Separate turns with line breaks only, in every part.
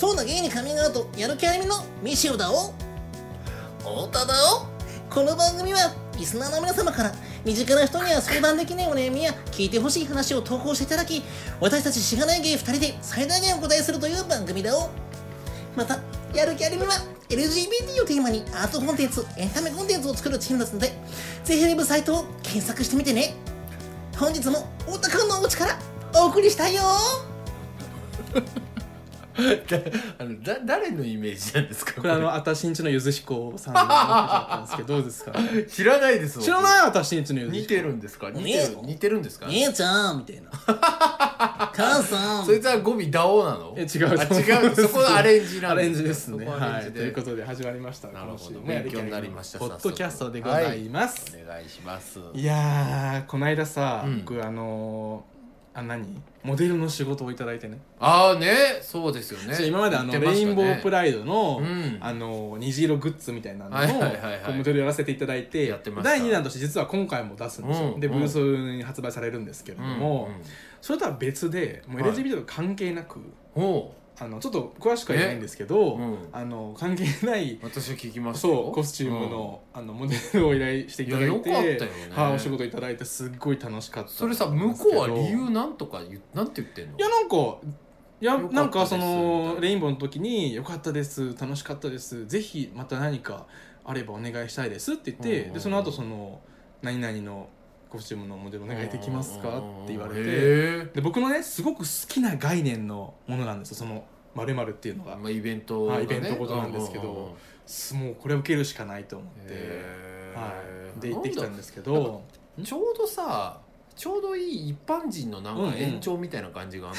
ガーとやる気ありみのミシオだお太田だおこの番組はリスナーの皆様から身近な人には相談できないお悩みや聞いてほしい話を投稿していただき私たちしがない芸2人で最大限お答えするという番組だおまたやる気ありみは LGBT をテーマにアートコンテンツエンタメコンテンツを作るチームですのでぜひウェブサイトを検索してみてね本日も太田くんのお家からお送りしたいよ
だあのだ誰のイメージなんですか
これあの、あたしんちのゆずひこさんの話だったんですけど、どうですか
知らないです
知ら
い
ないあたしんちのゆず
似
ひ
てるんですか似て
ね
る似てるんですか、
姉ちゃんみたいな母さん
そいつは語尾ダオなの
え違
あ
う
違うそこはアレンジ
こ。
な
ア
んです
レンジです
そ
ね。
こはア
は
レンジ
い。と
で
いうことで始まりました。
なるほど
今週も
勉
やる気
強
あ
に
り
なりました
ポッドキャストでございます。
お願いします
い、やー、こないださ、
うん
僕あのー、あ、何モデルの仕事をいただいてね。
ああねそうですよね
そう今まであの、
言ってま
レ
し
イ
たね
ンボープライドの、
うん
あの虹色グッズみたいなのを、
はいはいはいはい
モデルやらせていただいて
やってました
第2弾として実は今回も出すんですよ、
うん
で
うん
ブースに発売されるんですけれども、
うんうん
それとは別でもう
はい
LGBT と関係なく、
おう
あのちょっと詳しくは言えないんですけど、
えうん
あの関係ない
私は聞きましたよ
そうコスチュームの,、あのモデルを依頼していただ
いや
い
よ
て
かったよね
はいお仕事いただいてすっごい楽しかったんですけ
そ
ど
れさ向こうは理由なんとか言うなんて言ってんの
いやなんかいや
よかったです
なんかそ
みたい
の
な
レインボーの時に「よかったです楽しかったですぜひまた何かあればお願いしたいです」って言って、
うん
でその後その「何々のコスチュームのモデルお願いできますか?」って言われ
へ
て
え
で僕のねすごく好きな概念のものなんですよその「まるっていうのが、
まあイベントが
は
ね
いイベントごとなんですけどすもうこれ受けるしかないと思って、
へー
はい、で行ってきた
なん
ん
だ
ですけ
なん
ど
ちょうどさちょうどいい一般人のなん
うんう
か
ん
延長みたいな感じがある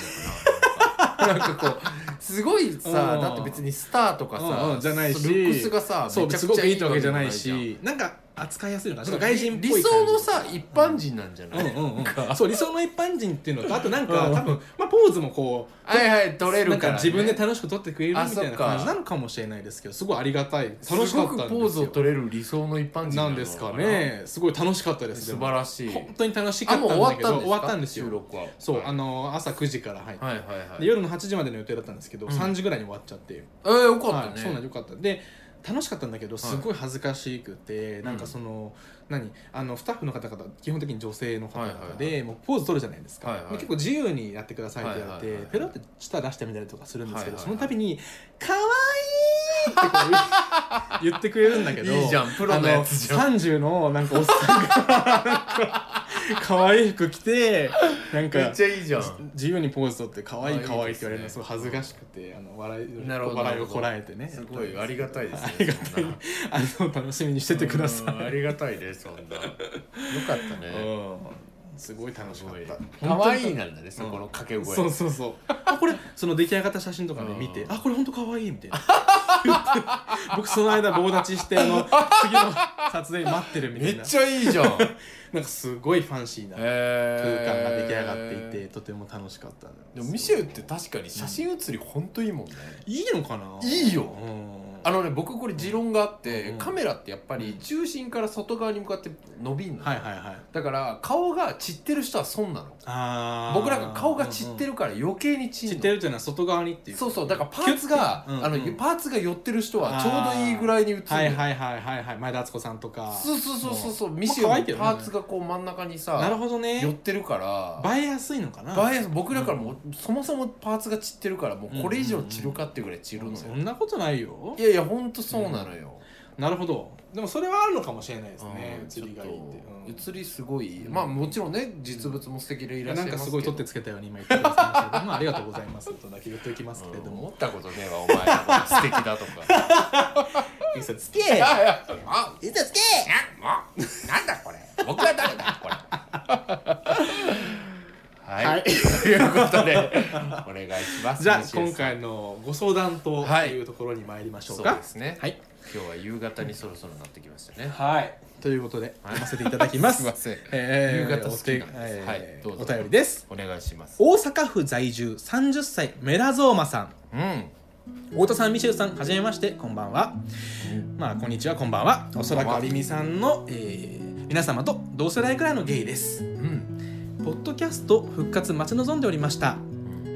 のかな、 なんかこうすごいさ、
うん
だって別にスターとかさ、
うんうんじゃないし
ルックスがさ
そう
めち
す
ゃく
ご
ちゃ
くいいって
わ
わ
けじ
けじ
ゃ
ゃ
な
ないい
し
しなんか扱いやすいのかなちょっと外人っぽ
理
い感じ
想のさ一般人なんじゃない、
うんうんうん、そう理想の一般人っていうのとあとなんか
うん
多分、まあ、ポーズもこう
はいはい取れる
なん
か、
から
ね、
自分で楽しく撮ってくれるみ
あ
たい
そっ
な
か
感じなのかもしれないですけどすごいありがたい楽し
す
か
ごくポ
ったんですよ
ーズを取れる理想の一般人
なん
の
ですかねすごい楽しかったです
素晴
ら
らしい
本当に楽しか
あ
った
もう
ん
終わ
だ
っ
け
たん
ど
ですか
終わったんです
収
よ
録は
そう
はい
あの朝9時から入って、
はいはいはい
で夜の8時までの予定だったんですけど、
うん
3時ぐらいに終わっちゃって
えー、よかった
はい
ね、
そうなんよかったで楽しかったんだけどすごい恥ずかしくて、なんかその何あのスタッフの方々基本的に女性の方々で、
はい
もうポーズ取るじゃないですか、
はいはい
で結構自由にやってくださいって言われて、
はいはいはい
ペロって舌出してみたりとかするんですけど、
はいはいはい
その度に「かわいい!」ってこう言ってくれるんだけ ど
いいじゃんプロのやつじゃん
あの30のなんかおっさんがなんか可愛い服着てなん
め
か
っちゃいいじゃん
自由にポーズ取って可愛い
あ
可愛いって言わ
いい
れる
で
の
す
す
ね
ごい恥ずかしくてあの笑い
なるほど
笑いをこらえてね
すごいありがたいですね
ありがたい
そんな
あの楽しみにしててくださ
うんありがたいですそんなよかった
い
ね
うんすごい楽し
す
か
ごい
った
可愛
本
いなんだねそこの掛け
当に
声
そうそうそうあこれその出来上がった写真とかね
うん
見てあこれ本当可愛いみた いな僕その間棒立ちしてあの次の撮影待ってるみた
め
い
っ
な
ちゃいいじ ゃん
なんかすごいファンシーな空
え
間が出
ー
来上がっていてとても楽しかった
でもミシェルって確かに写真写りほんといいもんね
いいのかない
いよ
うん
あのね僕これ持論があって
うん
カメラってやっぱり中心から外側に向かって伸びんの
はいはいはい
だから顔が散ってる人は損なの
あー
僕なんか顔が散って
うんうん
るから余計に散ん
散
の
ってるっていうのは外側にっていう
そうそうだからパ
キ
ー
ュッて
ツが、
うんうん
あのパーツが寄ってる人はちょうどいいぐらいに映る
はいはいはいはいはい前田敦子さんとか
そうそうそうそうそうミシ
まあ可
ェ
愛い
ル
け
の
ど
パ
ね
ーツがこう真ん中にさ、
なるほど
寄っ
ね
てるから
映えやすいのかな
映え僕らからもうそもそもパーツが散ってるからもうこれ以上散るかっていうぐらい散るのよ、
そんなことないよ
いやいやほんとそうなのよ、
なるほどでもそれはあるのかもしれないです
うん
ね
ち
映
ょっ
りがいいってうん
と映りすごい、
うん
まあもちろんね実物も素敵でい
い
ら
や
っし
な
ゃい
ん
ますけど
かすごい取ってつけたように今言ってくださいましたけどまあありがとうございますとだけ言っておきますけれど
うん思
も
ったことねえわお前のこと素敵だとか
嘘つ
い
け
やいやあ
いつつけ
あもうなんだこれ僕は誰だこれはい、
はい
ということでお願いします
じゃあ
西江さん
今回のご相談と
はい
いうところに参りましょう
そう
か
ですね
はい
今日は夕方にそろそろなってきましたね
はいということで読ませていただきます
すいません
えー
夕方好きなんです
お手えー
はいどうぞ
お便りです
お願いします
大阪府在住30歳メラゾーマさん
うん
太田さんミシェルさんはじめましてこんばんはまあこんにちはこんばんはおそらくありみさんの、えー皆様と同世代くらいのゲイです
うん
ポッドキャスト復活待ち望んでおりました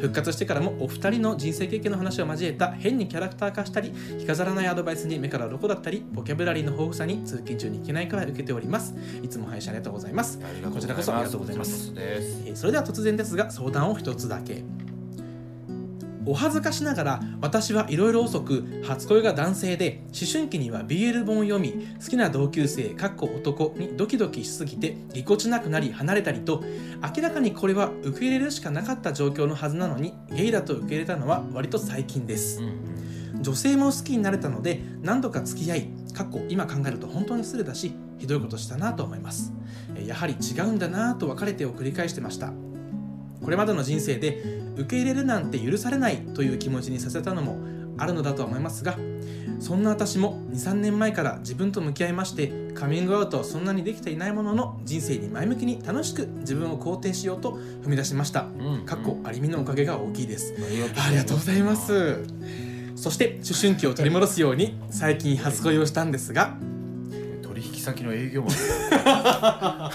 復活してからもお二人の人生経験の話を交えた変にキャラクター化したり着飾らないアドバイスに目から鱗だったりボキャブラリーの豊富さに通勤中に行けないくらい受けておりますいつも配信ありがとうございます
ありがとうございます
こちらこそありがとうございます
です
えーそれでは突然ですが相談を一つだけお恥ずかしながら私はいろいろ遅く初恋が男性で思春期には BL 本を読み好きな同級生かっこ男にドキドキしすぎてぎこちなくなり離れたりと明らかにこれは受け入れるしかなかった状況のはずなのにゲイだと受け入れたのは割と最近です女性も好きになれたので何度か付き合いかっこ今考えると本当に失礼だしひどいことしたなと思いますえーやはり違うんだなぁと別れてを繰り返してましたこれまでの人生で受け入れるなんて許されないという気持ちにさせたのもあるのだとは思いますがそんな私も23年前から自分と向き合いましてカミングアウトはそんなにできていないものの人生に前向きに楽しく自分を肯定しようと踏み出しました
うん
かっこアリミのおかげが大きいです
あ
ありがとうございます。そして思春期を取り戻すように最近初恋をしたんですが、
取引先の営業マン
は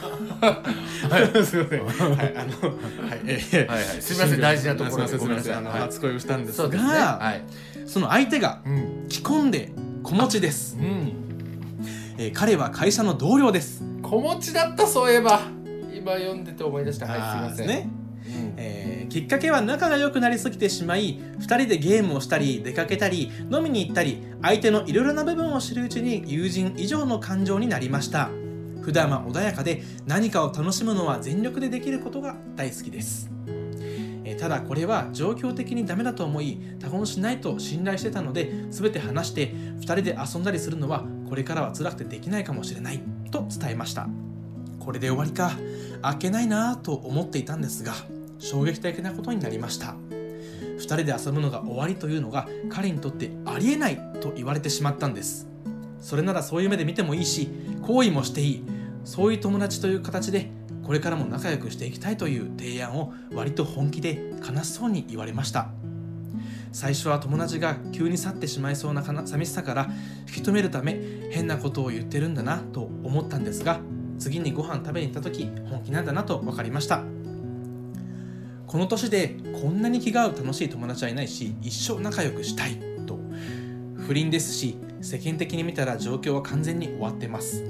い、すみません。はい、あの、はい、えー
はいはい すみません大事なところです
みません、すみませんあの、
ごめんなさいはい
初恋をしたんです
そうですね
が、
はい
その相手が
うん
既婚で子持ちです。
うん
えー彼は会社の同僚です。
子持ちだったそういえば今読んでて思い出したはい
あー
すいません
ね。えーきっかけは仲が良くなりすぎてしまい2人でゲームをしたり出かけたり飲みに行ったり相手のいろいろな部分を知るうちに友人以上の感情になりました普段は穏やかで何かを楽しむのは全力でできることが大好きです、えーただこれは状況的にダメだと思い他言しないと信頼してたので全て話して2人で遊んだりするのはこれからは辛くてできないかもしれないと伝えましたこれで終わりかあっけないなぁと思っていたんですが衝撃的なことになりました2人で遊ぶのが終わりというのが彼にとってありえないと言われてしまったんですそれならそういう目で見てもいいし好意もしていいそういう友達という形でこれからも仲良くしていきたいという提案を割と本気で悲しそうに言われました最初は友達が急に去ってしまいそうな悲寂しさから引き止めるため変なことを言ってるんだなと思ったんですが次にご飯食べに行った時本気なんだなと分かりましたこの年でこんなに気が合う楽しい友達はいないし一生仲良くしたいと不倫ですし世間的に見たら状況は完全に終わってます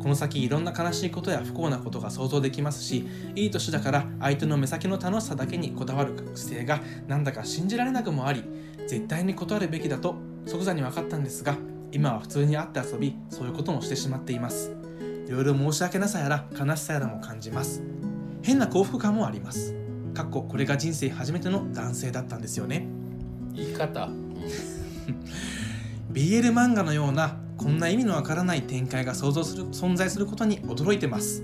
この先いろんな悲しいことや不幸なことが想像できますしいい年だから相手の目先の楽しさだけにこだわる姿勢がなんだか信じられなくもあり絶対に断るべきだと即座に分かったんですが今は普通に会って遊びそういうこともしてしまっていますいろいろ申し訳なさやら悲しさやらも感じます変な幸福感もありますかっここれが人生初めての男性だったんですよね
言い方
BL 漫画のようなこんな意味のわからない展開が想像する存在することに驚いてます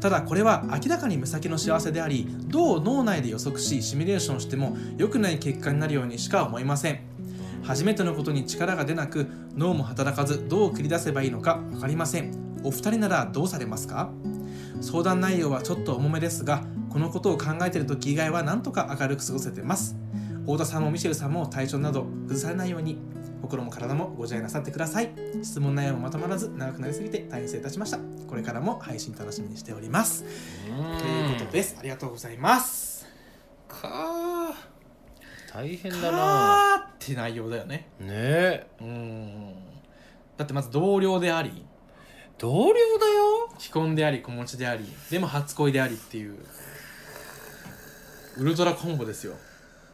ただこれは明らかに目先の幸せでありどう脳内で予測しシミュレーションしても良くない結果になるようにしか思いません初めてのことに力が出なく脳も働かずどう繰り出せばいいのか分かりませんお二人ならどうされますか相談内容はちょっと重めですがこのことを考えている時以外はなんとか明るく過ごせてます太田さんもミシェルさんも体調など崩されないように心も体もご自愛なさってください質問内容もまとまらず長くなりすぎて大変失礼いたしましたこれからも配信楽しみにしておりますということですありがとうございます
かー大変だな
かーって内容だよね
ねえ
うーんだってまず同僚であり
同僚だよ
既婚であり子持ちでありでも初恋でありっていうウルトラコンボですよ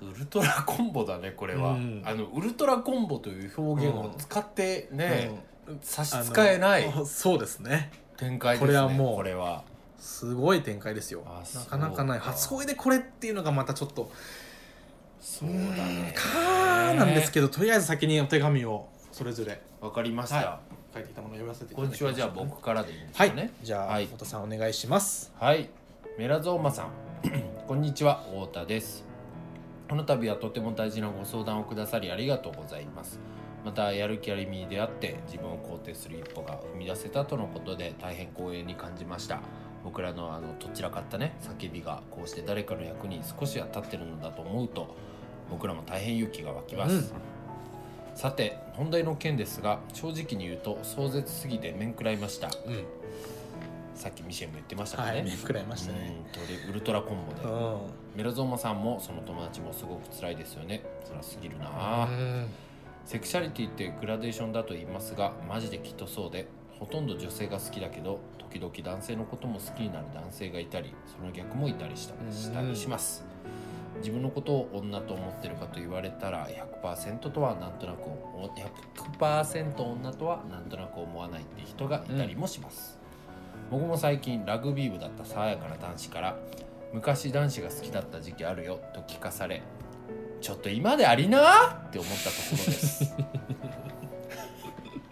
ウルトラコンボだねこれは、
うん
あのウルトラコンボという表現を使ってね、差し
あの
支えない
そうですね
展開ですね
これはもう
これは
すごい展開ですよ
あ
なかなかない
そうか
初恋でこれっていうのがまたちょっと
そうだね
かーなんですけどとりあえず先にお手紙をそれぞれ
わかりました、
は書いてきたものを読ませていた
今
だきます
週はじゃあ僕からでいいんです
は
か
い、
ね
じゃあ、
はい
太田さんお願いします
はい、メラゾーマさん こんにちは太田ですこの度はとても大事なご相談をくださりありがとうございますまたやる気ありみに出会って自分を肯定する一歩が踏み出せたとのことで大変光栄に感じました僕らのあのとっちらかったね叫びがこうして誰かの役に少しは立ってるのだと思うと僕らも大変勇気が湧きます、
うん
さて本題の件ですが正直に言うと壮絶すぎて面食らいました
うん
さっきミシェルも言ってましたか
は
ら
い
ね、
面食らいましたね
うんトレウルトラコンボで、
うん
メラゾーマさんもその友達もすごく辛いですよね辛すぎるなあ、
うん
セクシャリティってグラデーションだと言いますがマジできっとそうでほとんど女性が好きだけど時々男性のことも好きになる男性がいたりその逆もいたりした
うん
したりします自分のことを女と思ってるかと言われたら100%とはなんとなく思100%女とはなんとなく思わないって人がいたりもします、僕も最近ラグビー部だった爽やかな男子から昔男子が好きだった時期あるよと聞かされちょっと今でありなって思ったところです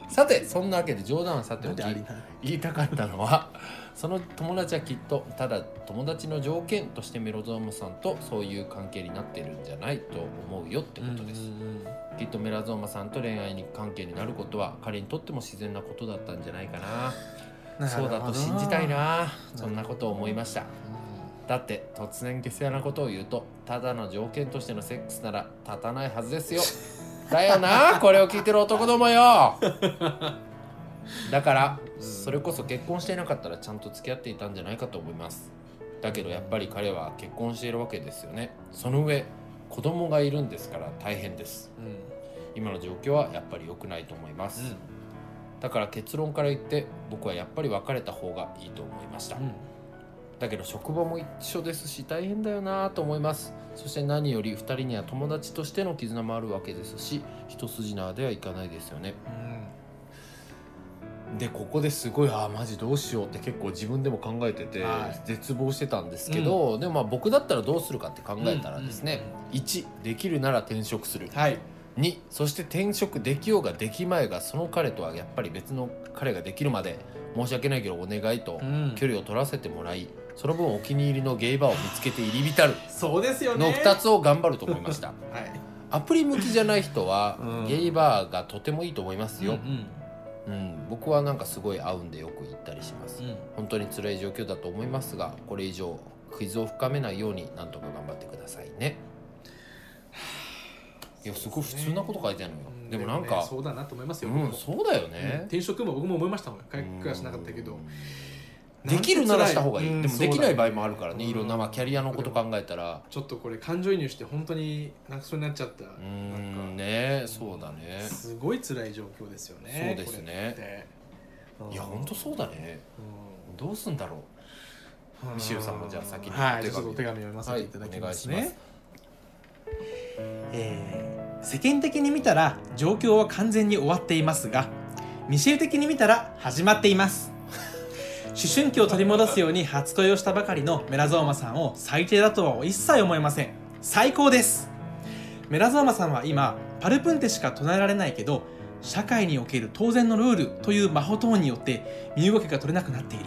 さてそんなわけで冗談はさて
な
お
ん
き
でありな
言いたかったのはその友達はきっとただ友達の条件としてメロゾームさんとそういう関係になってるんじゃないと思うよってことです、
うん
きっとメラゾーマさんと恋愛に関係になることは彼にとっても自然なことだったんじゃないかな
なる
そう
ほど
だと信じたいなそんなことを思いましただって突然下世話なことを言うとただの条件としてのセックスなら立たないはず ですよだよなこれを聞いてる男どもよだからそれこそ結婚していなかったらちゃんと付き合っていたんじゃないかと思いますだけどやっぱり彼は結婚しているわけですよねその上子供がいるんですから大変です
うん
今の状況はやっぱり良くないと思います、
うん
だから結論から言って僕はやっぱり別れた方がいいと思いました、
うん
だけど職場も一緒ですし大変だよなと思いますそして何より2人には友達としての絆もあるわけですし一筋縄ではいかないですよねでここですごいああマジどうしようって結構自分でも考えてて、
はい
絶望してたんですけど、でもまあ僕だったらどうするかって考えたらですね、1できるなら転職する、
はい
2そして転職できようができまいがその彼とはやっぱり別の彼ができるまで申し訳ないけどお願いと
うん
距離を取らせてもらいその分お気に入りのゲイバーを見つけて入り浸る
そうですよ
の
ね
2つを頑張ると思いました
はい
アプリ向きじゃない人は
うん
ゲイバーがとてもいいと思います
うんう
よ、
ん
うん、僕はなんかすごい合うんでよく行ったりします
うん
本当に辛い状況だと思いますがこれ以上傷を深めないようになんとか頑張ってください ねいやすごい普通なこと書いてあるのよ
うん
でもなん
ね
か
そうだなと思いますよ
うん
僕も
そうだよ
うん
ね
転職も僕も思いましたもん会話しなかったけど
できるならした方がいい、
うん
でもできない場合もあるからね、
うん
いろんなまあキャリアのこと考えたら
ちょっとこれ感情移入して本当になんかそれになっちゃったな
うんん
か
ねそうだね
すごい辛い状況ですよね
そうですね
これって
いやほんとそうだねどうすんだろ
うん
ミシェルさんもじゃあ先に
はい
お手紙
ちょっとお手紙読ませていただきますね、
はいお願いし
えー世間的に見たら状況は完全に終わっていますがミシェル的に見たら始まってい ます思春期を取り戻すように初恋をしたばかりのメラゾーマさんを最低だとは一切思いません最高ですメラゾーマさんは今パルプンテしか唱えられないけど社会における当然のルールという魔法等によって身動きが取れなくなっている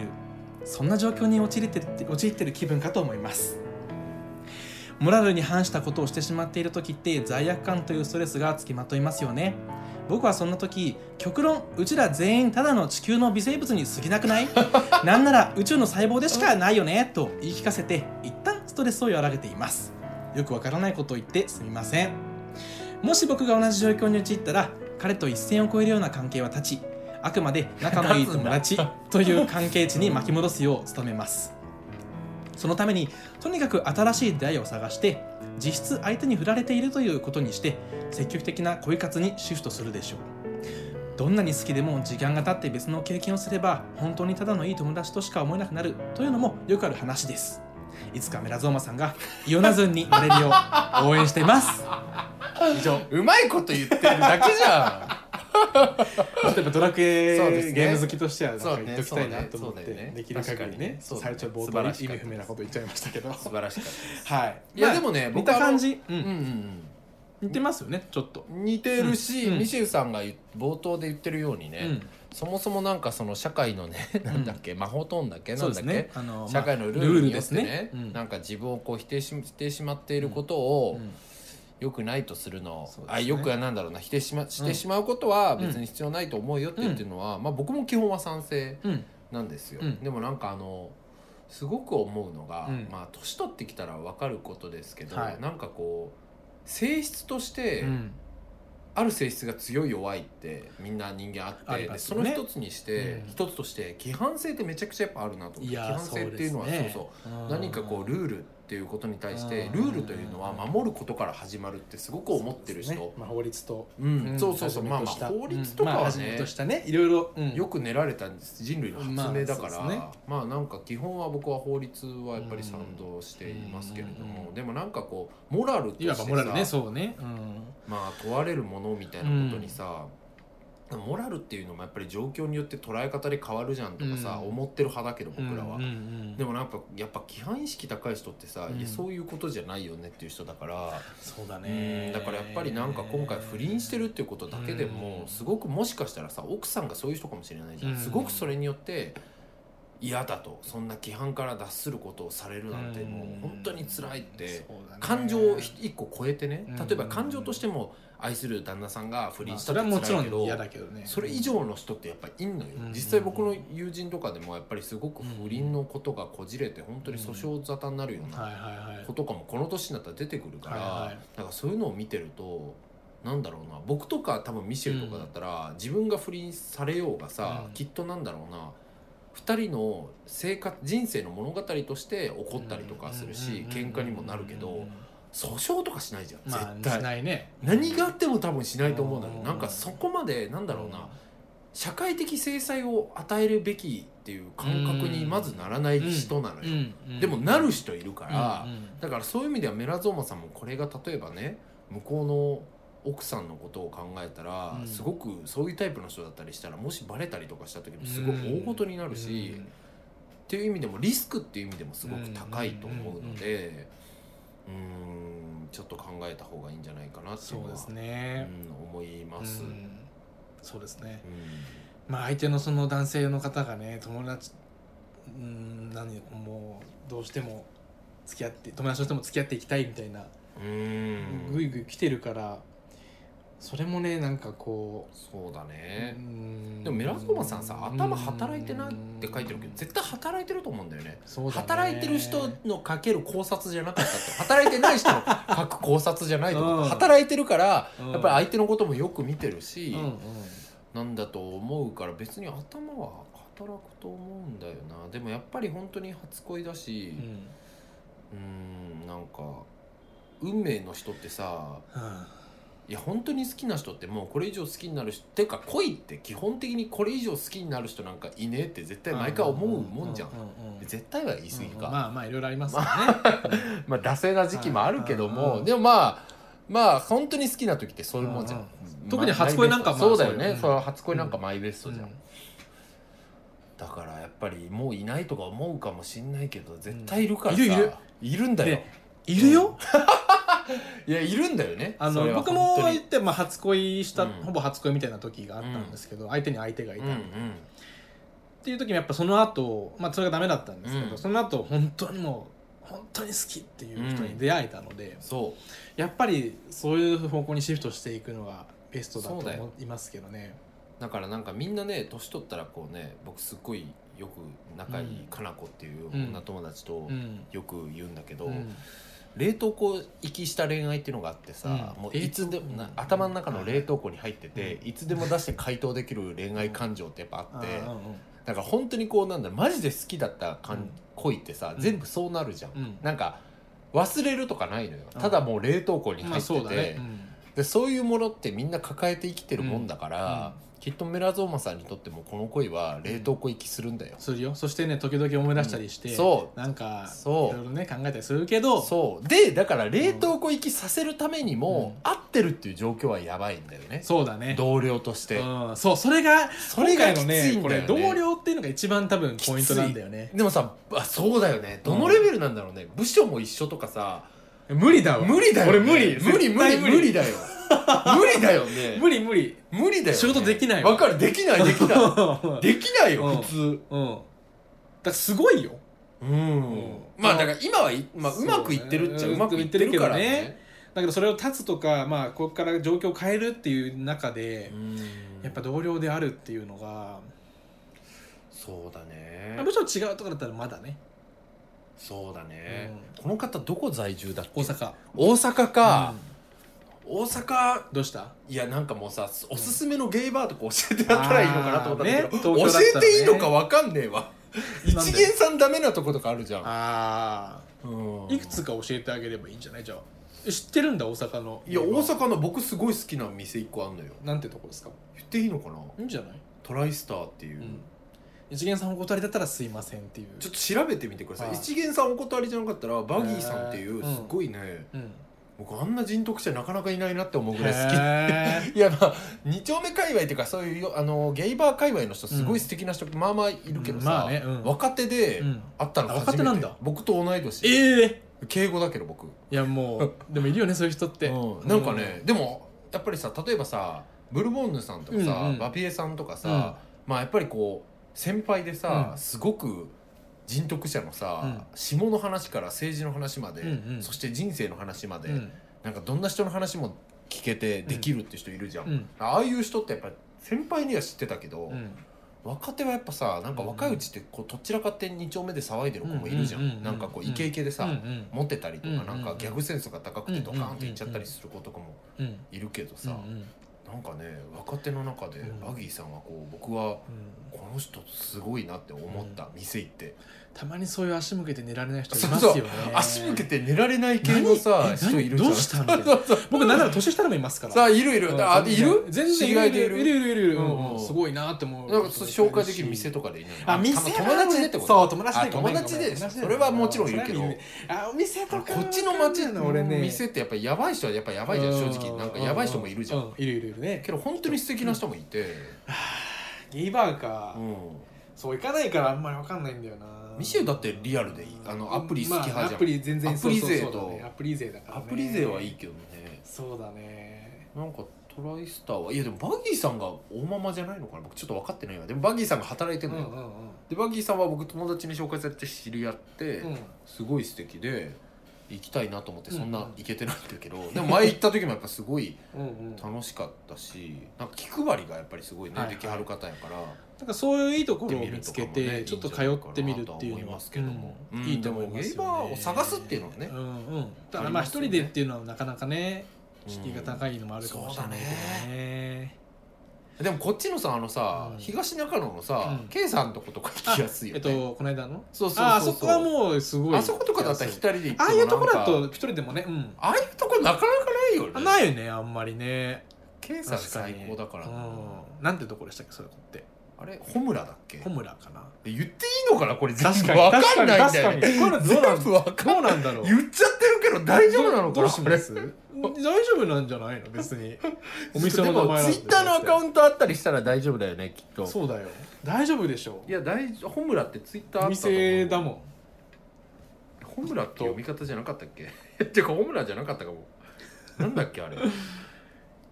そんな状況に陥って陥ってる気分かと思いますモラルに反したことをしてしまっている時って罪悪感というストレスがつきまといますよね僕はそんな時極論うちら全員ただの地球の微生物に過ぎなくないなんなら宇宙の細胞でしかないよねと言い聞かせて一旦ストレスを和らげていますよくわからないことを言ってすみませんもし僕が同じ状況に陥ったら彼と一線を越えるような関係は断ちあくまで仲のいい友達という関係値に巻き戻すよう努めますそのためにとにかく新しい出会いを探して実質相手に振られているということにして積極的な恋活にシフトするでしょうどんなに好きでも時間が経って別の経験をすれば本当にただのいい友達としか思えなくなるというのもよくある話ですいつかメラゾーマさんがイオナズンになれるよう応援しています以上
ううまいこと言ってるだけじゃ
例えばドラクエ、
そうですね
ゲーム好きとしてはなんか
そうね
言っときたいなと思っ
そうだ
て、
よね
できる限りね
そうだ
最
よね
初冒
素晴
頭
らし
意
かっ
味
た
不明なこと言っちゃいましたけど
ん素晴らしかった
はい
いや
まあ
でもね
見
僕
た
あの
感じ、うん
うんうんうん
似てますよねちょっと、
似てるし、
うん
ミシェルさんが言う冒頭で言ってるようにね、
うん
そもそもなんかその社会のね、 なんだっけ魔法とんだっけ
そ
な
うん
だ
です
っけ、
ねあの
社会
まあ
のルールによってね,、
うん
なんか自分をこう否定ししてしまっていることを、
うん
良くないとするの、
そうですね
あよくはなんだろうな否定し,、ま、してしまうことは別に必要ないと思うよって言ってるのは、まあ、僕も基本は賛成
うん
なんですよ、
うん
でもなんかあのすごく思うのが、
うん
まあ年取ってきたら分かることですけど、
はい
なんかこう性質として、
うん
ある性質が強い弱いってみんな人間あって
あり
で
ます
そ
よ
の
ね
一つにして、
うん
一つとして規範性ってめちゃくちゃやっぱあるなと思って
い
規
や
範性っていうのは
そう
そう,、
ですね
そう
うん
何かこうルールっていうことに対して
うん
ルールというのは
うん
守ることから始まるってすごく思ってる人
そうですねまあ、法律と、
うんそうそうそう
はじめ
まあま
と
あ
した
法律とか
うんまあ
は
じめ
ね
としたねいろいろ、うん
よく練られた人類の発明だから、
まあそうですね
まあなんか基本は僕は法律はやっぱり賛同していますけれど
うん
も、
うん
でもなんかこうモラルとして
いわばモラルね
さ
そうね、うん、
まあ問われるものみたいなことにさ、モラルっていうのもやっぱり状況によって捉え方で変わるじゃんとかさ、
うん
思ってる派だけど僕らは。
うんうん
で
も
もなんかやっぱ規範意識高い人ってさ、
うん
いやそういうことじゃないよねっていう人だから、
そうだ
う
ね
んだからやっぱりなんか今回不倫してるっていうことだけで
う
も
ん
すごくもしかしたらさ奥さんがそういう人かもしれないじゃ
うん
んすごくそれによって嫌だとそんな規範から脱することをされるなんてもう本当に辛いって
そうだね
感情を一個超えてね
うん
例えば感情としても愛する旦那さんが不
ま
倫
あ
した
そ
っ
れ
て
はもちろ
辛いけ
ん
ど
嫌だけどね
それ以上の人ってやっぱりいんのよ
うん
実際僕の友人とかでもやっぱりすごく不倫のことがこじれて本当に訴訟沙汰になるような
はいはいはい
ことかもこの年になったら出てくるから、
はいはい
なんかそういうのを見てるとなんだろうな僕とか多分ミシェルとかだったら、自分が不倫されようがさ、
うん
きっとなんだろうな2人の生活人生の物語として起こったりとかするし、喧嘩にもなるけど、訴訟とかしないじゃん、
ま
絶
あし
対
ないね
何があっても多分しないと思うんだけど
うん
なんかそこまでなんだろうな社会的制裁を与えるべきっていう感覚にまずならない人なのよ、でもなる人いるから、だからそういう意味ではメラゾーマさんもこれが例えばね向こうの奥さんのことを考えたら、
うん
すごくそういうタイプの人だったりしたらもしバレたりとかした時もすごい大ごとになるし、っ、ていう意味でもリスクっていう意味でもすごく高いと思うのでうーんちょっと考えた方がいいんじゃないかなっていう
そう
のは
ですね、
うん思います。うん
そうですねまあ相手のその男性の方がね友達うん何もうどうしても付き合って友達としても付き合っていきたいみたいな、
うん
ぐいぐい来てるからそれもねなんかこう
そうだね、
うん
でもメラゾーマさんさ頭働いてないって書いてるけど絶対働いてると思うんだよね
そうだね
働いてる人のかける考察じゃなかったと働いてない人の書く考察じゃないと思う、
うん
働いてるから
うん
やっぱり相手のこともよく見てるし、
うんうん
なんだと思うから別に頭は働くと思うんだよなでもやっぱり本当に初恋だし
うん
うーんなんか運命の人ってさいや本当に好きな人ってもうこれ以上好きになる人ってか恋って基本的にこれ以上好きになる人なんかいねえって絶対毎回思うもんじゃん
うううん
絶対は言い過ぎか、
うんまあまあいろいろありますよね、
まあ惰性な時期もあるけど
はいはい
も、
うん
でもまあまあ本当に好きな時ってそういうもんじゃん、
うん
ま
特に初恋なんか
マ
ま
イ
あ
ベストそうだよね、
そうよ
それは初恋なんか
うん
マイベストじゃん、だからやっぱりもういないとか思うかもしんないけど絶対いるからさ、
いるいる
いるんだよ
でいるよ、
いやいるんだよね
あ
それ
の
は
僕
本
も
当に
言って、まあ、初恋した、
うん
ほぼ初恋みたいな時があったんですけど、相手に相手がいた、
うんう
っ
ん
ていう時もやっぱその後、まあそれがダメだったんですけど、
うん
その後本当にもう本当に好きっていう人に出会えたので、
そう
やっぱりそういう方向にシフトしていくのがベストだと
そうだよ
思いますけどね
だからなんかみんなね年取ったらこうね僕すっごいよく仲いいかな子っていう女友達と
うん
よく言うんだけど、
うん
冷凍庫行きした恋愛っていうのがあってさ、
うん
もういつでも、
冷凍庫
な
うん
頭の中の冷凍庫に入ってて、
う
いつでも出して回答できる恋愛感情ってやっぱあ
あ
って、
ー
だから本当にこうなんだろうマジで好きだった感、
うん
恋ってさ
うん
全部そうなるじゃん、
うん
なんか忘れるとかないのよ、
うん
ただもう冷凍庫に
うんま
入
あ
ってて、
そうだね、
でそういうものってみんな抱えて生きてるもんだから、きっとメラゾーマさんにとってもこの恋は冷凍庫行きするんだよ
うん、するよそしてね時々思い出したりして、
うんそう
なんか
そう
いろいろね考えたりするけど
そうでだから冷凍庫行きさせるためにも、
うん
合ってるっていう状況はやばいんだよね、
そうだね
同僚として、
うん、そうそれが
そ
それ
れ
以外
が
の
きついんだ
ね
よね
これ同僚っていうのが一番多分ポイントなんだよね
でもさあそうだよねどのレベルなんだろうね、部署も一緒とかさ
無理だわ
無理だよ、ね、
俺無理
無理
絶
無理
対
無理だよ無理だよね
無理無理
無理だよ、ね、
仕事できないわ
わかるできないでき ないできないよ、
うん
普通
うんだからすごいよ
うん、
うん
まあだから今はい、まあ、
そう
う
ね
まくいってるっちゃ
うん
うまくいってるから
うまくいってる
ね
だけどそれを立つとかまあここから状況を変えるっていう中で、
うん
やっぱ同僚であるっていうのが、
そうだ
まあ
ね
むしろ違うとかだったらまだね
そうだね、この方どこ在住だっけ
大阪
大阪か、
うん
大阪
どうした
いやなんかもうさおすすめのゲイバーとか教えてやったらいいのかなと思ったんだけど、
あーね東京だったらね
教えていいのかわかんねえわ一
なんで
元さんダメなとことかあるじゃん
あ
うん
いくつか教えてあげればいいんじゃないじゃあえ知ってるんだ大阪の
いや大阪の僕すごい好きな店一個あんのよ
なんてとこですか
言っていいのかない
いんじゃない、
トライスターっていうう、
ん、一元さんお断りだったらすいませんっていう
ちょっと調べてみてください、
はい
一元さんお断りじゃなかったらバギーさんっていう
へ
す
ー
っごいね、
うん
僕あんな人徳者なかなかいないなって思うぐらい好
へー
きいやまあ2丁目界隈っていうかそういうよあのゲイバー界隈の人すごい素敵な人、まあまあいるけどさ、
まあねうん
若手で、
うん
あったの
あ
初め
若
て
手なんだ
僕と同い年
ええ
敬語だけど僕、
いやもうでもいるよねそういう人って、
うんなんかね、でもやっぱりさ例えばさブルボンヌさんとかさ、
うんうん
バビエさんとかさ、まあやっぱりこう先輩でさ、
うん
すごく人徳者のさ、下の話から政治の話まで、
うんうん
そして人生の話まで、
うん
なんかどんな人の話も聞けてできるって人いるじゃん、
うん
ああいう人ってやっぱり先輩には知ってたけど、
うん
若手はやっぱさなんか若いうちってこうとっちらかって2丁目で騒いでる子もいるじゃん,、
うんうんうんうん
なんかこうイケイケでさ、
うんうん
持ってたりとか、
うんうん
なんかギャグセンスが高くてドカーンっていっちゃったりする子とかも
うん
いるけどさ、
うんうん
なんかね若手の中で
うん
バギーさんはこう僕は
うん
この人すごいなって思った、店行って、
たまにそういう足向けて寝られない人い
そう
ます
そ
よ
う
ね
足向けて寝られない系のさ
何え
人いるじゃん
何どうしたみたいな
そうそう
僕なんなら年下でもいますから
さあいるいる、
うん
あいる
全
知
然
り合いでいる
いるいるいるいる、
うんうん
すごいなって思う
なんかそう紹介できる店とかでいいの
あ店
た
な
友達でってこと
そう友達
あ
でごめ
友
ん
達で
ごめん
それはもちろんいるけど
それはあお店とか
こっちの街
の俺ね
店ってやっぱりやばい人はやっぱやばいじゃん正直なんかやばい人もいるじゃん、
ういるいるいるね
けど本当に素敵な人もいて、
ゲイバーか、
うん
そう行かないからあんまりわかんないんだよな
ミシェルだってリアルでいいあのアプリ好き派じゃん
まあアプリ全然
アプリ勢
そうそうそうだね
と
アプリ勢だから、
ア
ね、
プリ勢はいいけどね
そうだね
なんかトライスターはいやでもバギーさんが大ママじゃないのかな僕ちょっと分かってないわでもバギーさんが働いて
う
る
んう
の
ん
よ、でバギーさんは僕友達に紹介されて知り合って、
うんうん
すごい素敵で行きたいなと思ってそん
うん
な
うん
行けてないんだけど、でも前行った時もやっぱすごい
うんうん
楽しかったしなんか気配りがやっぱりすごいね、
はいはい
できはる方やから
なんかそういういいところ
行って
を
み
見
ると
つ
か
け
もね
て、ちょっと通ってみるっていう
いいんじゃないかなとは思い
のは
ますけども
うん
うん
いいと思いますよ、ね、
でもゲイバーを探すっていうのはね
うんうん、た
あ
だ
り
まあ
ま
一
すよね
人でっていうのはなかなかね
うん
敷居が高いのもあるかもしれないけどね,、
でもこっちのさあのさ、
うん
東中野のさ、
うん
K さんとことか行きやすいよ
えっ
ね、
とこの間の
そうそうそう
ああそこはもうすごい
あそことかだったら一人で行っても
ああいうところだ
なん
と
か
一人でもねうん
ああいうとこなかなかないよね
あないよねあんまりね
K さん最高だから
う
な、
ん、なんてとこでしたっけそういうとこって
あれホムラだっけ
ホムラかな
言っていいのかなこれ全
確
部
かに
わかんないんだ
確
よ
か
ね
に確かにこれどうなん
全部わかんない
どうなんだろう
言っちゃってるけど大丈夫なのか
ど
な
うします 大丈夫なんじゃないの 別にお店の名前
ツイッターのアカウ
ン
ントあったりしたら大丈夫だよねきっと
そうだよ大丈夫でしょ
いや大丈夫ホムラってツイッターあ
お
ったと思う
店だもん
ホムラって読み方じゃなかったっけ っていうかホムラじゃなかったかもなんだっ けあれ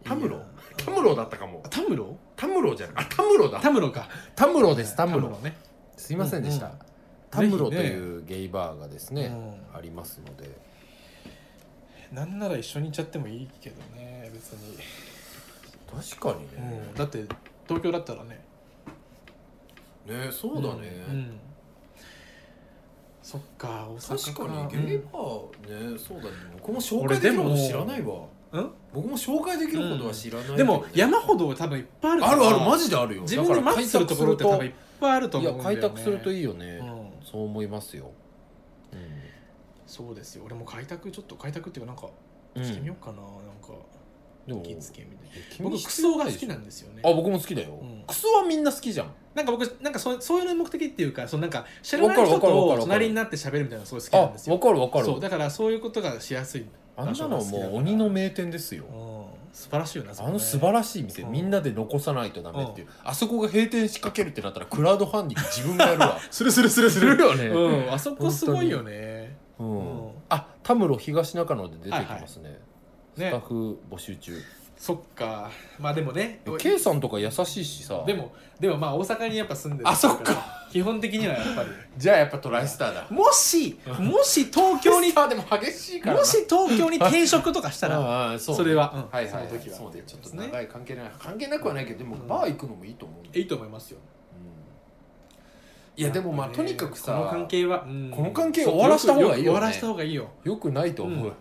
タムロタムロだったかも
あタムロ
タムロじゃないあタムロだ
タムロか
タムロですタム
タ
ロ
ね
すいませんでした、
うんうん
タムロと
ぜひね
いうゲイバーがですね、
うん
ありますので
なんなら一緒に行っちゃってもいいけどね別に、
確かにね、
だって東京だったらね
ねそうだね、
んんそっか大
確
阪
か
か
にゲイバーね、そうだね僕も紹介できるほど知らないわ
うんうん
僕も紹介できるほどは知らないけどね、
でも山ほど多分いっぱいある
あるあるマ
ジ
ジであるよ
自分でマッチするところって多分いっぱいあると
い
思
や
うんだよ、ね、
開拓するといいよね、
うん
そう思いますよ、
そうですよ俺も開拓ちょっと開拓っていうかなんか
うん
してみよ
う
うかな、なんか
でも
行きつけみたいな
僕
僕
ク
ク
ソ
ソ
が
が
好
好
き
き
な
なんん
で
ですよね
あ僕も好きだよ、
うん
クソはみんな好きじゃん
なんか僕なんかそそういう目的っていうかそのなんか知らない人
わかるわかるわか
と
る
隣になって喋るみたいなのがすごい好き
あ
なんです
わ
よ
かるわか
そう
る
だからそういうことがしやすい、
あんなのはも
場所が好きだか
う
ら
鬼の名店ですよ
うん、素晴らしいよな
あの素晴
ら
らしい店、
うん
みんなで残さないとダメっていう、あそこが閉店しかけるってなったらクラウドファンディング自分がやるわ
するするする す
す
る
るよね、
うん、あそこすごいよね。
うん
うん
あタムロ東中野で出てきますね、
ね
スタッフ募集中、
そっか。まあでもね。
K さんとか優しいしさ
でも、でもまあ大阪にやっぱ住んでる
あそっ
か。基本的にはやっぱり。
じゃあやっぱトライスターだ
もし、もし東京 に、
あでも激しいからな
もし東京に転職とかしたら、
ああそ
それは、うん
はいはい、
その時は
そうねちょっと
ね
長い関係ない関係なくはないけどでも
うん
バー行くのもいいと思うんだ
い
よ
いと思いますよ。
いやでもまあ
ね
とにかくさ
この関係は、うん
この関係を終わらせた方がいいよね
そうくく終わらせた方がいいよ。
よくないと思うよ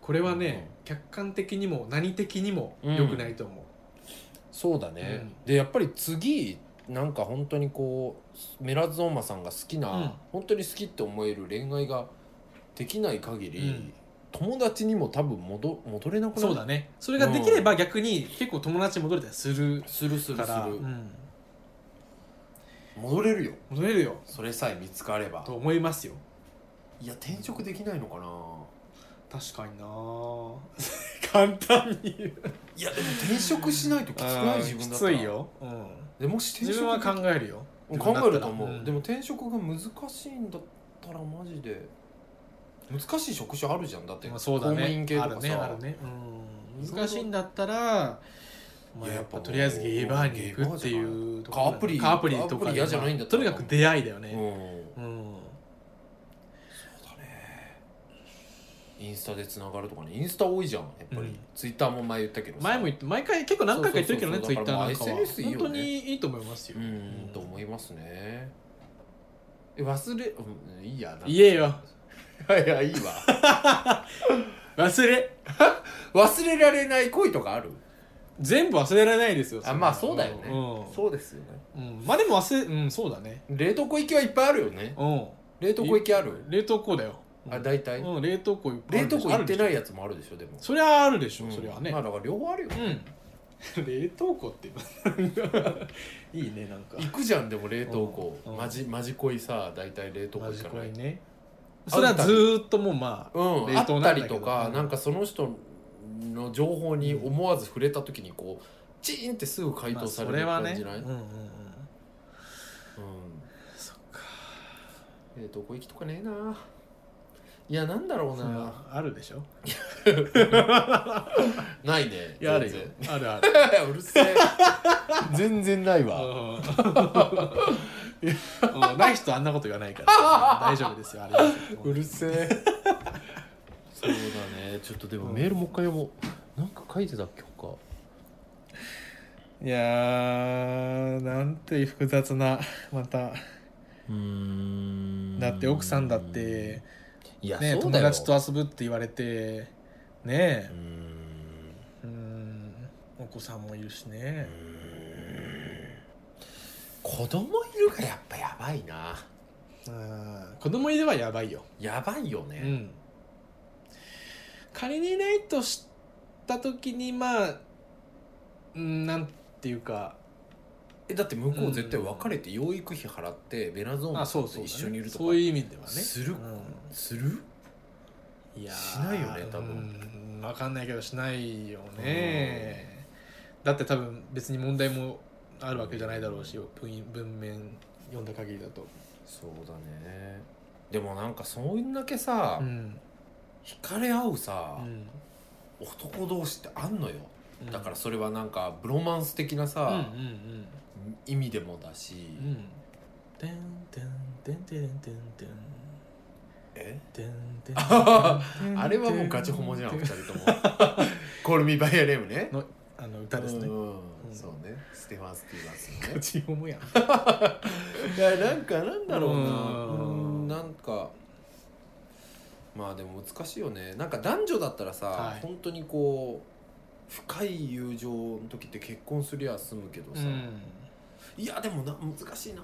これはね、客観的にも何的にも良くないと思う、
そうだね、
うん
でやっぱり次なんか本当にこうメラゾーマさんが好きな、
うん
本当に好きって思える恋愛ができない限り、
うん
友達にも多分戻戻れなくなる
そうだねそれができれば逆に結構友達に戻れたりする
するするす
か
る、
ら、うん、
戻れるよ
戻れるよ
それさえ見つかれば
と思いますよ
いや転職できないのかな
確かにな 簡単に言う
いやでも転職しないときつくない 自分だった
う
ら
んきついよ、うん、
でもし転
自
職
分は考えるよ
考えると思う、で
も
も転職が難しいんだったらマジで難しい職種あるじゃんだって、
まあ、そうだ
公務
ね
員系と
あ
か
る
さ
ねあるね、うん、難しいんだったらまあ、やっぱとりあえずゲイバーに行くっていうところ
ゲイバーじゃないかアプリ
かアプリとか
アプリ嫌じゃないんだった
と
ら
にかく出会いだよ
う
ね、
ん
うん
そうだねインスタでつながるとかねインスタ多いじゃんやっぱり、
うん
ツイッターも前言ったけどさ
前も言って毎回結構何回か言ってるけどね
そう
ツ
そうそ
イッ
う
ターなんかは、
だからまあ SNS いいよ
本
ね
当にいいと思いますよ、
うんと思いますねえ忘れ、うん、いいやなんか
言えよ
いやいやいいわ
忘れ
忘れられない恋とかある
全部忘れられないですよ
あまあそうだよね、
うん
そうですよね
うん、まあでも忘れうんそうだね
冷凍庫行きはいっぱいあるよね
うん
冷凍庫行きある
冷凍庫だよ
あ大体、
うん冷凍庫いっぱいあ
冷
るで
凍
し
庫
ょ
行ってな
あ
い
るでし
やつもあるでしょでも
ょそりゃあるでしょ、
うん
そりゃね
まあだから両方あるよ、
うん冷凍庫っていいねなんか
行くじゃんでも冷凍庫、
うんうん
マジマジ恋さ大体冷凍庫
マ
行
ジ
か
こ
ない
れねそれはずーっともうまあ
うん
冷凍なん
あっ
だけ
た
ど
りとか、
うん
なんかその人の情報に思わず触れた時にこうチーンってすぐ回
まあ
答さ
そ
れ
れ
る
は
感
ね
じ
うん
な
う
い、
んうん
う
そっか
ん冷凍庫行きとかねえないやなんだろう
そん
な
なあるでしょ
ないね
いやあるよ
全 然
あるある
うるせえ全然ない わ
うんうんない人あんなこと言わない から大丈夫ですよあれ
うるせ えそうだねちょっとでもメールもう一回読もうなんか書いてたっけか
いやーなんて複雑なまた
うーん
だって奥さんだって、
いや、
ね、
そう
友
だよ
達と遊ぶって言われてね
うーん
えうんお子さんもいるしね
子供いるがやっぱやばいな
うん子供いればやばいよ、
やばいよね、
うん、仮にいないとした時にまあうんなんていうか
えだって向こう絶対別れて養育費払ってベナゾー
まあ
ン
そ
と
うそうだね
一緒にいるとか
そういう意味ではね
する
うん
する
いやー
しないよね多分
うんわかんないけどしないよねだって多分別に問題もあるわけじゃないだろうし文文面読んだ限りだと、
そうだねでもなんかそんだけさ、
うん
惹かれ合うさ
う、ん
男同士ってあんのよ
うん
だからそれはなんかブロマンス的な
うんうん
さ、意味でもだし、
うんうんてんてんてんてんてんてん
え
てんてん
あれはもうガチホモじゃん2人 とも「コールミバイアネームね
のあの歌ですね
うん
うん
そうねステファン・スティーバンスの
ガ
ね
チホモやん
いやなんかなんだろうな
う
うんんなんかまあでも難しいよねなんか男女だったらさ、
はい
本当にこう深い友情の時って結婚すりゃ済むけど
う
さ、
ん
いやでもな難しいな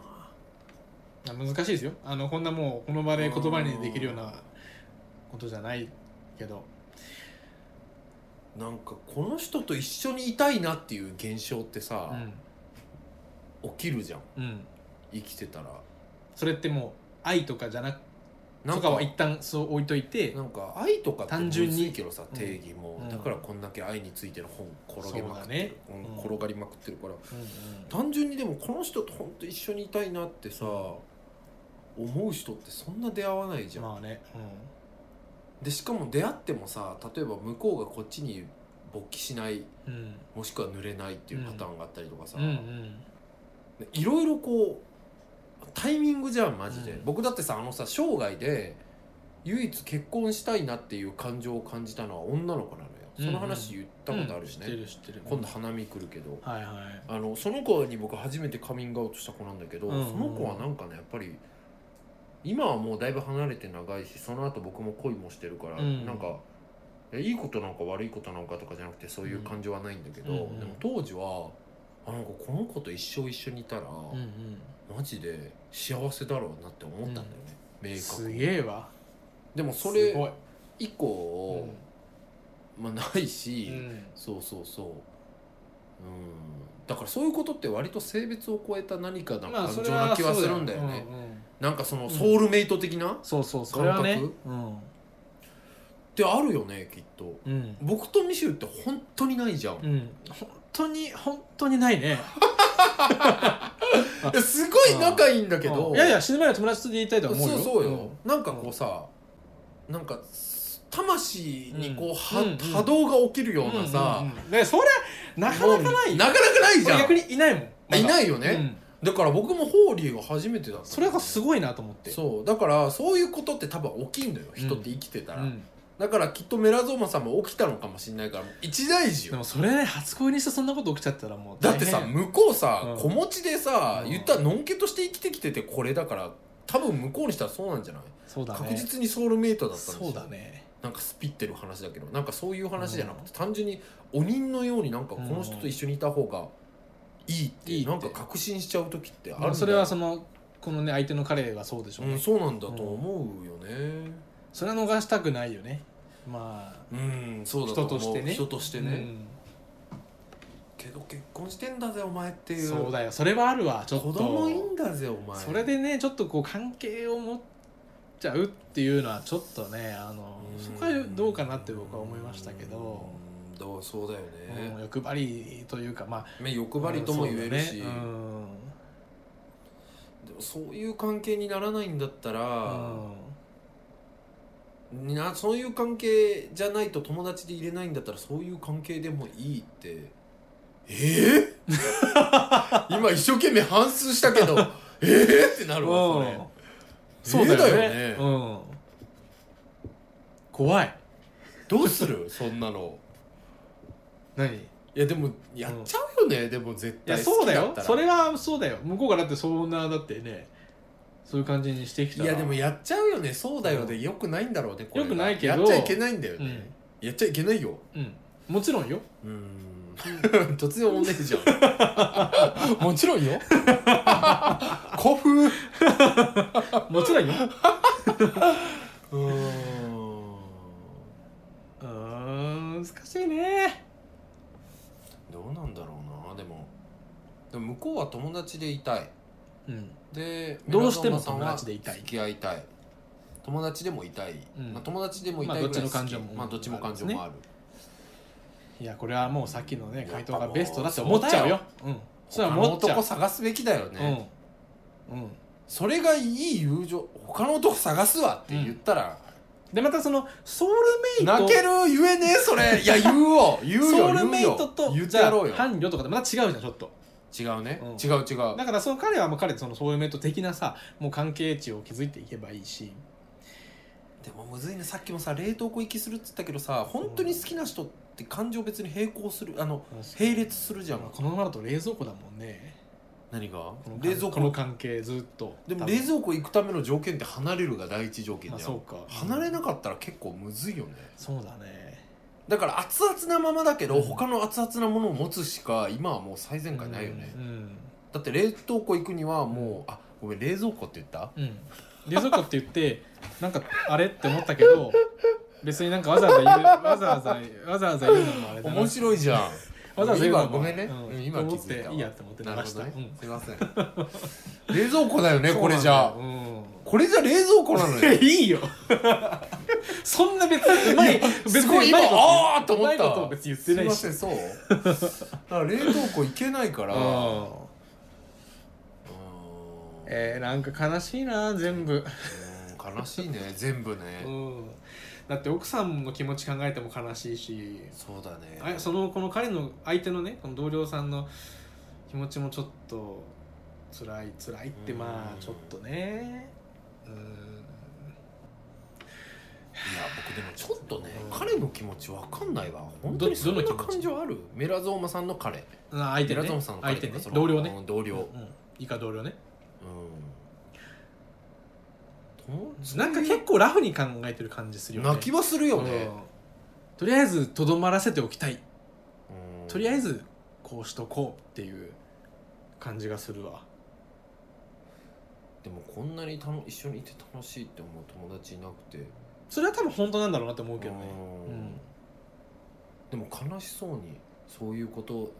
あ難しいですよあのこんなもうこの場で言葉にできるようなことじゃないけど
なんかこの人と一緒にいたいなっていう現象ってさ
う、ん
起きるじゃん
うん
生きてたら
それってもう愛とかじゃなく
な
と
ん
か
か
は一旦そう置いといて
なんか愛とかって
単純に
むずいけどさ
うん
定義も、
うん
だからこんだけ愛についての本転げまくってる、
ね
うん
うん
転がりまくってるから
うんうん
単純にでもこの人と本当一緒にいたいなってさ思う人ってそんな出会わないじゃん、
まあね
でしかも出会ってもさ例えば向こうがこっちに勃起しない
うんうん
もしくは濡れないっていうパターンがあったりとかさ、
うんうん
でいろいろこうタイミングじゃんマジで、
うん
僕だってさあのさ生涯で唯一結婚したいなっていう感情を感じたのは女の子なのよその話言ったことあるしね、
知ってる知ってる
今度花見来るけど、
はいはい
あのその子に僕初めてカミングアウトした子なんだけど、
うんうん
その子はなんかねやっぱり今はもうだいぶ離れて長いしその後僕も恋もしてるから、
うん
なんかいやいいことなんか悪いことなんかとかじゃなくてそういう感情はないんだけど、
うんうんうん
でも当時はあなんかこの子と一生一緒にいたら、
うん
マジで幸せだろうなって思ったんだよね、
う
明
ん、
確
す
に
げえわ
でもそ
すごい
れ以
う
降、まあないし、
ん
そうそうそううんだからそういうことって割と性別を超えた何かな
まあ
感
そ
情
れ
な
は
気はするんだよね
そうようんうん
なんかそのソウルメイト的な、っ
そうそうそれはね
感
うん
てあるよねきっと
うん
僕とミシューって本当にないじゃん、
うん本当に本当にないね
いやすごい仲いいんだけ
う
ど
んいやいや死ぬ前の友達と言いたいとは
そう
思うよ
そうよ、なんかこうさなんか魂にこう、は
うんうん
波動が起きるよう
うん
なさ、
うんうんねそれなかなかないよ
なかなかないじゃん
逆にいないもん
い
い
ないよね、だから僕もホーリーが初めてだった
それがすごいなと思って
そうだからそういうことって多分起きんのよ
うん
人って生きてたら、
うん
だからきっとメラゾーマさんも起きたのかもしれないから一大事
で
よ
もそれね初恋にしてそんなこと起きちゃったらもう
だ
大
っ
変
てさ向こうさ、
うん
子持ちでさ、
うん
言ったらのんけとして生きてきててこれだから多分向こうにしたらそうなんじゃない、
そうだね
確実にソウルメイトだったんですよ
そうだね
なんかスピってる話だけどなんかそういう話じゃなくて、単純に鬼のようになんかこの人と一緒にいた方がいいって,、
いいって
なんか確信しちゃう時ってあるんだ
ま
よ
あそれはそのこのね相手の彼はそうでしょう
う
ね
ん、そうなんだと思うよね、
それは逃したくないよねまあ
うんそうだと思う
人としてね
人としてね、
うん
けど結婚してんだぜお前っていう
そうだよそれはあるわちょっと
子供いいんだぜお前
それでねちょっとこう関係を持っちゃうっていうのはちょっとねあの
うん
そこはどうかなって僕は思いましたけど、
うんどうそうだよ
うん
ね、
欲張りというかまあ
ね欲張りとも言えるし、
うんそうだねうん
でもそういう関係にならないんだったら、なそういう関係じゃないと友達で入れないんだったらそういう関係でもいいってええ 今一生懸命反芻したけどええってなるわそれそ
うんそうう
だ
だ
よ
よ
ね
ねうん、怖い
どうするそんなの
何い
いやでもやっちゃうよね、でも絶
や
対
そうだよ
好きったら
それはそうだよ向こうがだってそんなだってねそういう感じにしてきた
い
ら
やでもやっちゃうよねそうだよ
う
でよくないんだろうねこれが
良くないけど
やっちゃいけないんだよ
う
ね
ん、
やっちゃいけないよ
うん、もちろんよ
うーん突然おねえじゃ んもちろんよ古風う
もちろんよ
ーん
うーん難しいね
どうなんだろうなでもでも向こうは友達でいたい
うん
で
どうしても
皆様さんは
友達でいたい
付き合いたい友達でもいたい、
うん
まあ、友達でもいたい
まあ
ぐらい好き
どっちの感情も
まあどっちも感情もある
いやこれはもうさっきのね回答がベストだって思っちゃうようんそれは
他の
思っちゃ
男
う
探すべきだよね、
うん、うん、
それがいい友情他の男探すわって言ったら、
でまたそのソウルメイト
泣ける言えねえそれいや言うよ言うよ
ソウルメイトと
言うよ言って
じゃ
や
あ
ろうよ
伴侶とかでまた違うじゃんちょっと
違うね、
うん
違う違う
だからその彼はもう彼でそのソウルメイト的なさもう関係値を築いていけばいいし
でもむずいねさっきもさ冷凍庫行きするっつったけどさ本当に好きな人って感情別に並行するあの並列するじゃん
まあこのままだと冷蔵庫だもんね
何が
この
冷蔵
この
庫
関係ずっと
でも
多
冷
分
蔵庫行くための条件って離れるが第一条件
まあ
じゃん、
そうか
離れな
く
かったら結構むずいよね
そうだね
だから熱々なままだけど、
うん
他の熱々なものを持つしか今はもう最善解ないよね、
うん
だって冷凍庫行くにはもうあごめん冷蔵庫って言った
うん、冷蔵庫って言ってなんかあれって思ったけど別になんかわざわざ言うわざわざわざわざ言うのもあれだな
面白いじゃん
わざわざ言うのも
今ごめんね
う
うん
ん、
今
と思っ
気づい
て
たわ
いいやって思って流
なるほ
した、
どね、
うん
すいません冷蔵庫だよねこれじゃ
そうなんだよ
これじゃ冷蔵庫なの
うん
よ
いいよそんな別にうまい別
すごい今
うまこと
あーっと思った
うまいこと別に言って
すい
ない
ま
し
せんそうだから冷凍庫行けないから
うん
うん
えー、なんか悲しいな全部、
うん悲しいね全部
う
ね
ん、だって奥さんの気持ち考えても悲しいし
そうだね
あそのこの彼の相手のねこの同僚さんの気持ちもちょっと辛い辛いって
うん
まあちょっとねうん
いや僕でもちょっとね
うん
彼の気持ちわかんないわ本当にそんな
どどの気持ち
感情あるメラゾーマさんの彼
あ相手
メラ
ね
ゾーマさんの彼
相
って
手
いうか
ね
その
同僚ね
うん同僚
うん、以下同僚ね
うん
なんか結構ラフに考えてる感じするよね
泣きはするよね
うんとりあえずとどまらせておきたい
うん
とりあえずこうしとこうっていう感じがするわ
でもこんなにたの一緒にいて楽しいって思う友達いなくて
それは多分本当なんだろうなと思うけどね
うんでも悲しそうにそういうこと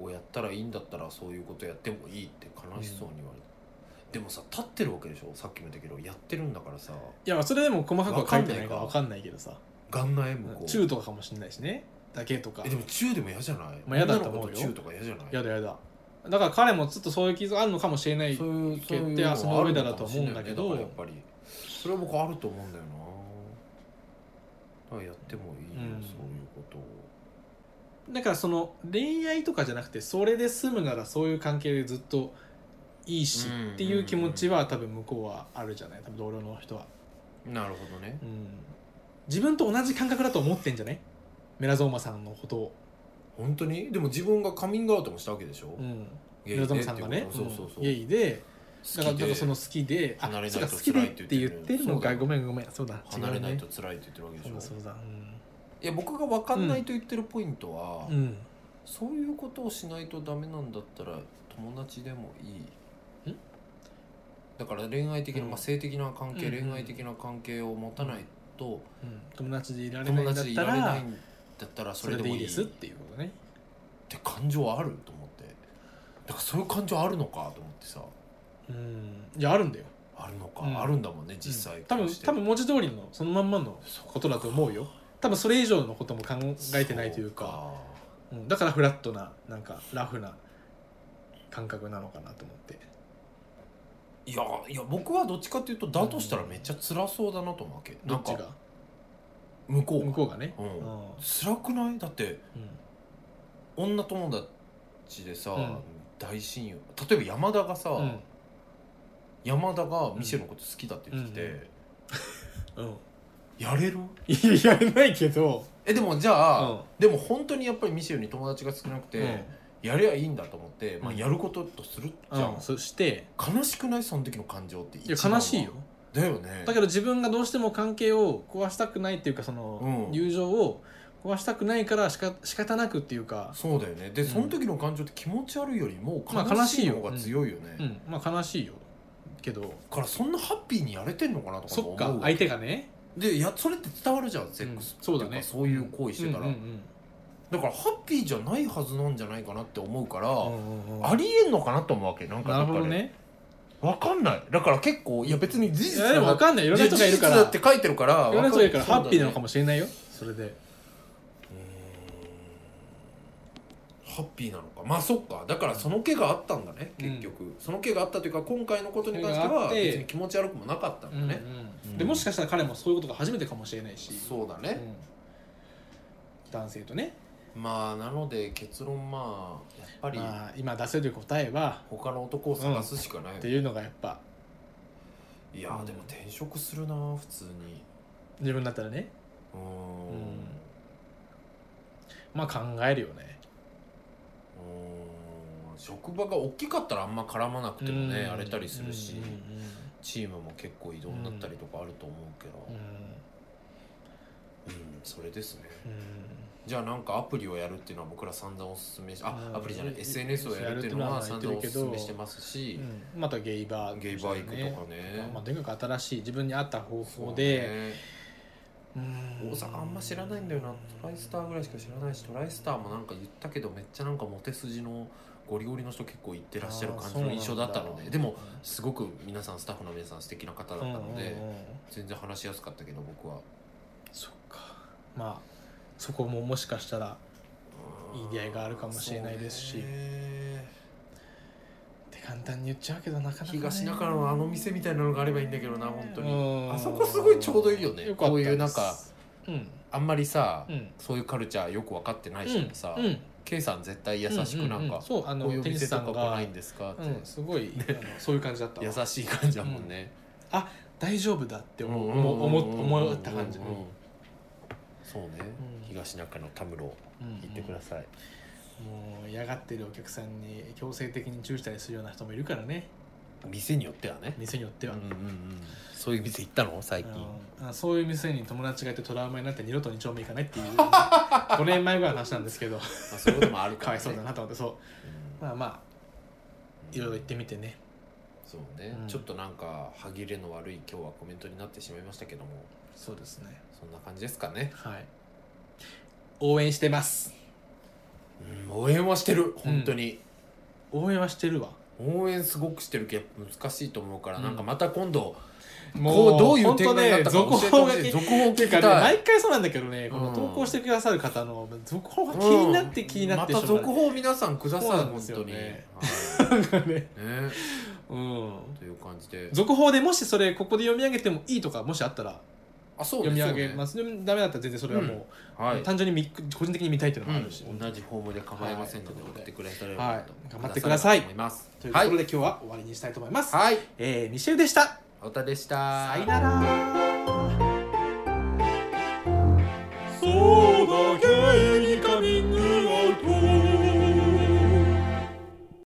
をやったらいいんだったらそういうことやってもいいって悲しそうに言われて、でもさ立ってるわけでしょさっきも言ったけどやってるんだからさ
いやそれでも細かくは書いてないから分かんないけどさ
ガンガン向こう
中とかかもしれないしねだけとか
えでも中でも嫌じゃない、
まあ嫌だと思うよ
女の子と中とか嫌じゃない
やだやだだから彼もちょっとそういう傷があるのかもしれない
そういう
決定
そういうの
はその上だなと思うんだけど
あるのかもしれないねだからやっぱりそれは僕あると思うんだよなだからやってもいいよ、そ
うん
ういうことを
だからその恋愛とかじゃなくてそれで済むならそういう関係でずっといいし
うん
っていう気持ちは多分向こうはあるじゃない多分同僚の人は、
なるほどね
うん、自分と同じ感覚だと思ってんじゃないメラゾーマさんのことを、
本当にでも自分がカミングアウトもしたわけでしょ、
うん、
ゲイで
メラゾーマさんがね
っていうことそうそうそう
ゲイでだから
好き
だから
で
その好きであ
離れない
そ
と
うか好きでって言ってる
辛
のか
いって
ご
言って
めんごめんそうだ違うね
離れないと辛いって言ってるわけで
そ
し
う
ょ
だそうだ
いや僕が分かんないと言ってるポイントは、
うん、うん、
そういうことをしないとダメなんだったら友達でもいい
ん
だから恋愛的な、
うん
まあ、性的な関係、
うんうん
恋愛的な関係を持たないと
うん、友達でいられないん
友
だった
達
ら
でいられないんだったら
そ
それ
れ
で
で
も
い
い
い
い
ですっ
って
ていうことね
感情あると思ってだからそういう感情あるのかと思ってさ
うんいやあるんだよ
あるのか、
うん
あるんだもんね実際
多分多分文字通りのそのまんまのことだと思うよ多分それ以上のことも考えてないというかうん、だからフラットななんかラフな感覚なのかなと思って
いやいや僕はどっちかっていうとだとしたらめっちゃ辛そうだなと思うわけ、
ど
なん
っち
か
が
向こうが
向こうがね
うん
うんうん
辛くないだって女友達でさ、
うん
大親友例えば山田がさ、
うん
山田がミシェルのこと好きだって言ってきて、
うんうんうん
やれる
いややれないけど
えでもじゃあ、
うん
でも本当にやっぱりミシェルに友達が少なくて、やりゃいいんだと思って、まあ、
うん
やることとする
うん
じゃん、
そして
悲しくないその時の感情って
いや
一番は
悲しいよ
だよね
だけど自分がどうしても関係を壊したくないっていうかその
うん
友情を壊したくないからしか仕方なくっていうか、
そうだよねで、
うん
その時の感情って気持ち悪いよりも
まあ
悲しい
悲しいよ
方が強いよね、
うん、まあ悲しいよけど
だからそんなハッピーにやれてんのかなとかも
そ
思う
っ
わ
か相手がね
でやそれって伝わるじゃんセックス、
うんそうだね
そういう行為してたら、
うんうん
だからハッピーじゃないはずなんじゃないかなって思うから、
うんうんうんうん
ありえんのかなと思うわけなんか
な
や
る
っぱ
ほ
り
どね
わかんないだから結構いや別に事
い
実
やでも分かんないいろんな人がいるから
や
い
事実だって書いてるから
ろんな人がいるから
わ
ハッピーなのか
も
もしれないよそれで
ハッピーなのかまあそっかだからその気があったんだね結局、その気があったというか今回のことに関して
それがあ
は
って
別に気持ち悪くもなかったんだ
うんう
ね、
んでもしかしたら彼もそういうことが初めてかもしれないし
そうだね、
うん男性とね
まあなので結論まあやっぱり
まあ今出せる答えは
他の男を探すしかない、
っていうのがやっぱ
いやーでも転職するな普通に
自分だったらね
うーん
うんまあ考えるよね
うーん職場が大きかったらあんま絡まなくてもね
うん
荒れたりするし
うん
チームも結構移動になったりとかあると思うけど
うんうん
うんそれですね
うん
じゃあなんかアプリをやるっていうのは僕ら散々おすすめしあ
うん
アプリじゃな
う
い
ん
SNS をやるっていうのは
やる
散
っていう
々
の
お
は言ってるけ
す
ど
すめしてますし
うんまたゲイバー
ゲイバー行く
ね
とかね
まあ、とにかく新しい自分に合った方
そう
法
ね
で、大
大阪あんま知らないんだよなトライスターぐらいしか知らないしトライスターもなんか言ったけどめっちゃなんかモテ筋のゴリゴリの人結構行ってらっしゃる感じの印象だったのででもすごく皆さんスタッフの皆さん素敵な方だったので、
うんうんうん
全然話しやすかったけど僕は
そっかまあそこももしかしたらいい出会いがあるかもしれないですし
そうね
って簡単に言っちゃうけどなかなか、ね、
東中野のあの店みたいなのがあればいいんだけどな本当に
に
あそこすごいちょうどいいよねこういうなんか
うん
あんまりさ、
うん
そういうカルチャーよく分かってな
う
い
ん
人もさ、
うんうん
K さん絶対優しくなんか、
ううそうあ
こういう
の店
店
さ
と
ん
か来
が
ないんですかって、
うん、すごい、あのそういう感じだったわ
優しい感じだもんね、
大丈夫だって思う
うん
思う思う思った感じ
うんうんうんそうね、
うん
東中野田室行ってください、
もう嫌がってるお客さんに強制的に注意したりするような人もいるからね
店によってはね、
店によって
うんう
は、
んうん、そういう店行ったの最近
あのあそういう店に友達がいてトラウマになって二度と2丁目行かな いっていう5年前ぐらいの話なんですけど
まあ、そういうこともあるか、
から
ね、
わいそうだなと思ってそ
う
う
ん
まあまあいろいろ言ってみてね
そうね、
うん
ちょっとなんか歯切れの悪い今日はコメントになってしまいましたけども
そうですね
そんな感じですかね、
はい応援してます
うん、応援はしてる本当に、
応援はしてるわ
応援すごくしてるけどやっぱ難しいと思うから、
うん
なんかまた今度こうどういう展開になったか教
本
えて
当
ほ
ね
しい
続
続
報が
報を聞
ってい
き
うか
た
ね
い、
毎回そうなんだけどね、こ
うん
の投稿してくださる方の続報が気になって気になって
また
しょう
続報を皆さんください、
そうなんで
本
す
当
よ
に、
ね
は
がないなんかね、
いね
うん、
という感じで
続報でもしそれここで読み上げてもいいとかもしあったら
あそう
読
ね
み上げますす、でもダメだったら全然それはもう、
はい、
単純にみ個人的に見たいっていうのもあるし、
うん同じフォームで構いませんので、
はい
送ってくれたら
はい頑張ってくだ
と
さい
思います
というと
は
ころ
い
で今日は終わりにしたいと思います、
はい
えーミシェルでした
太田でした
さよなら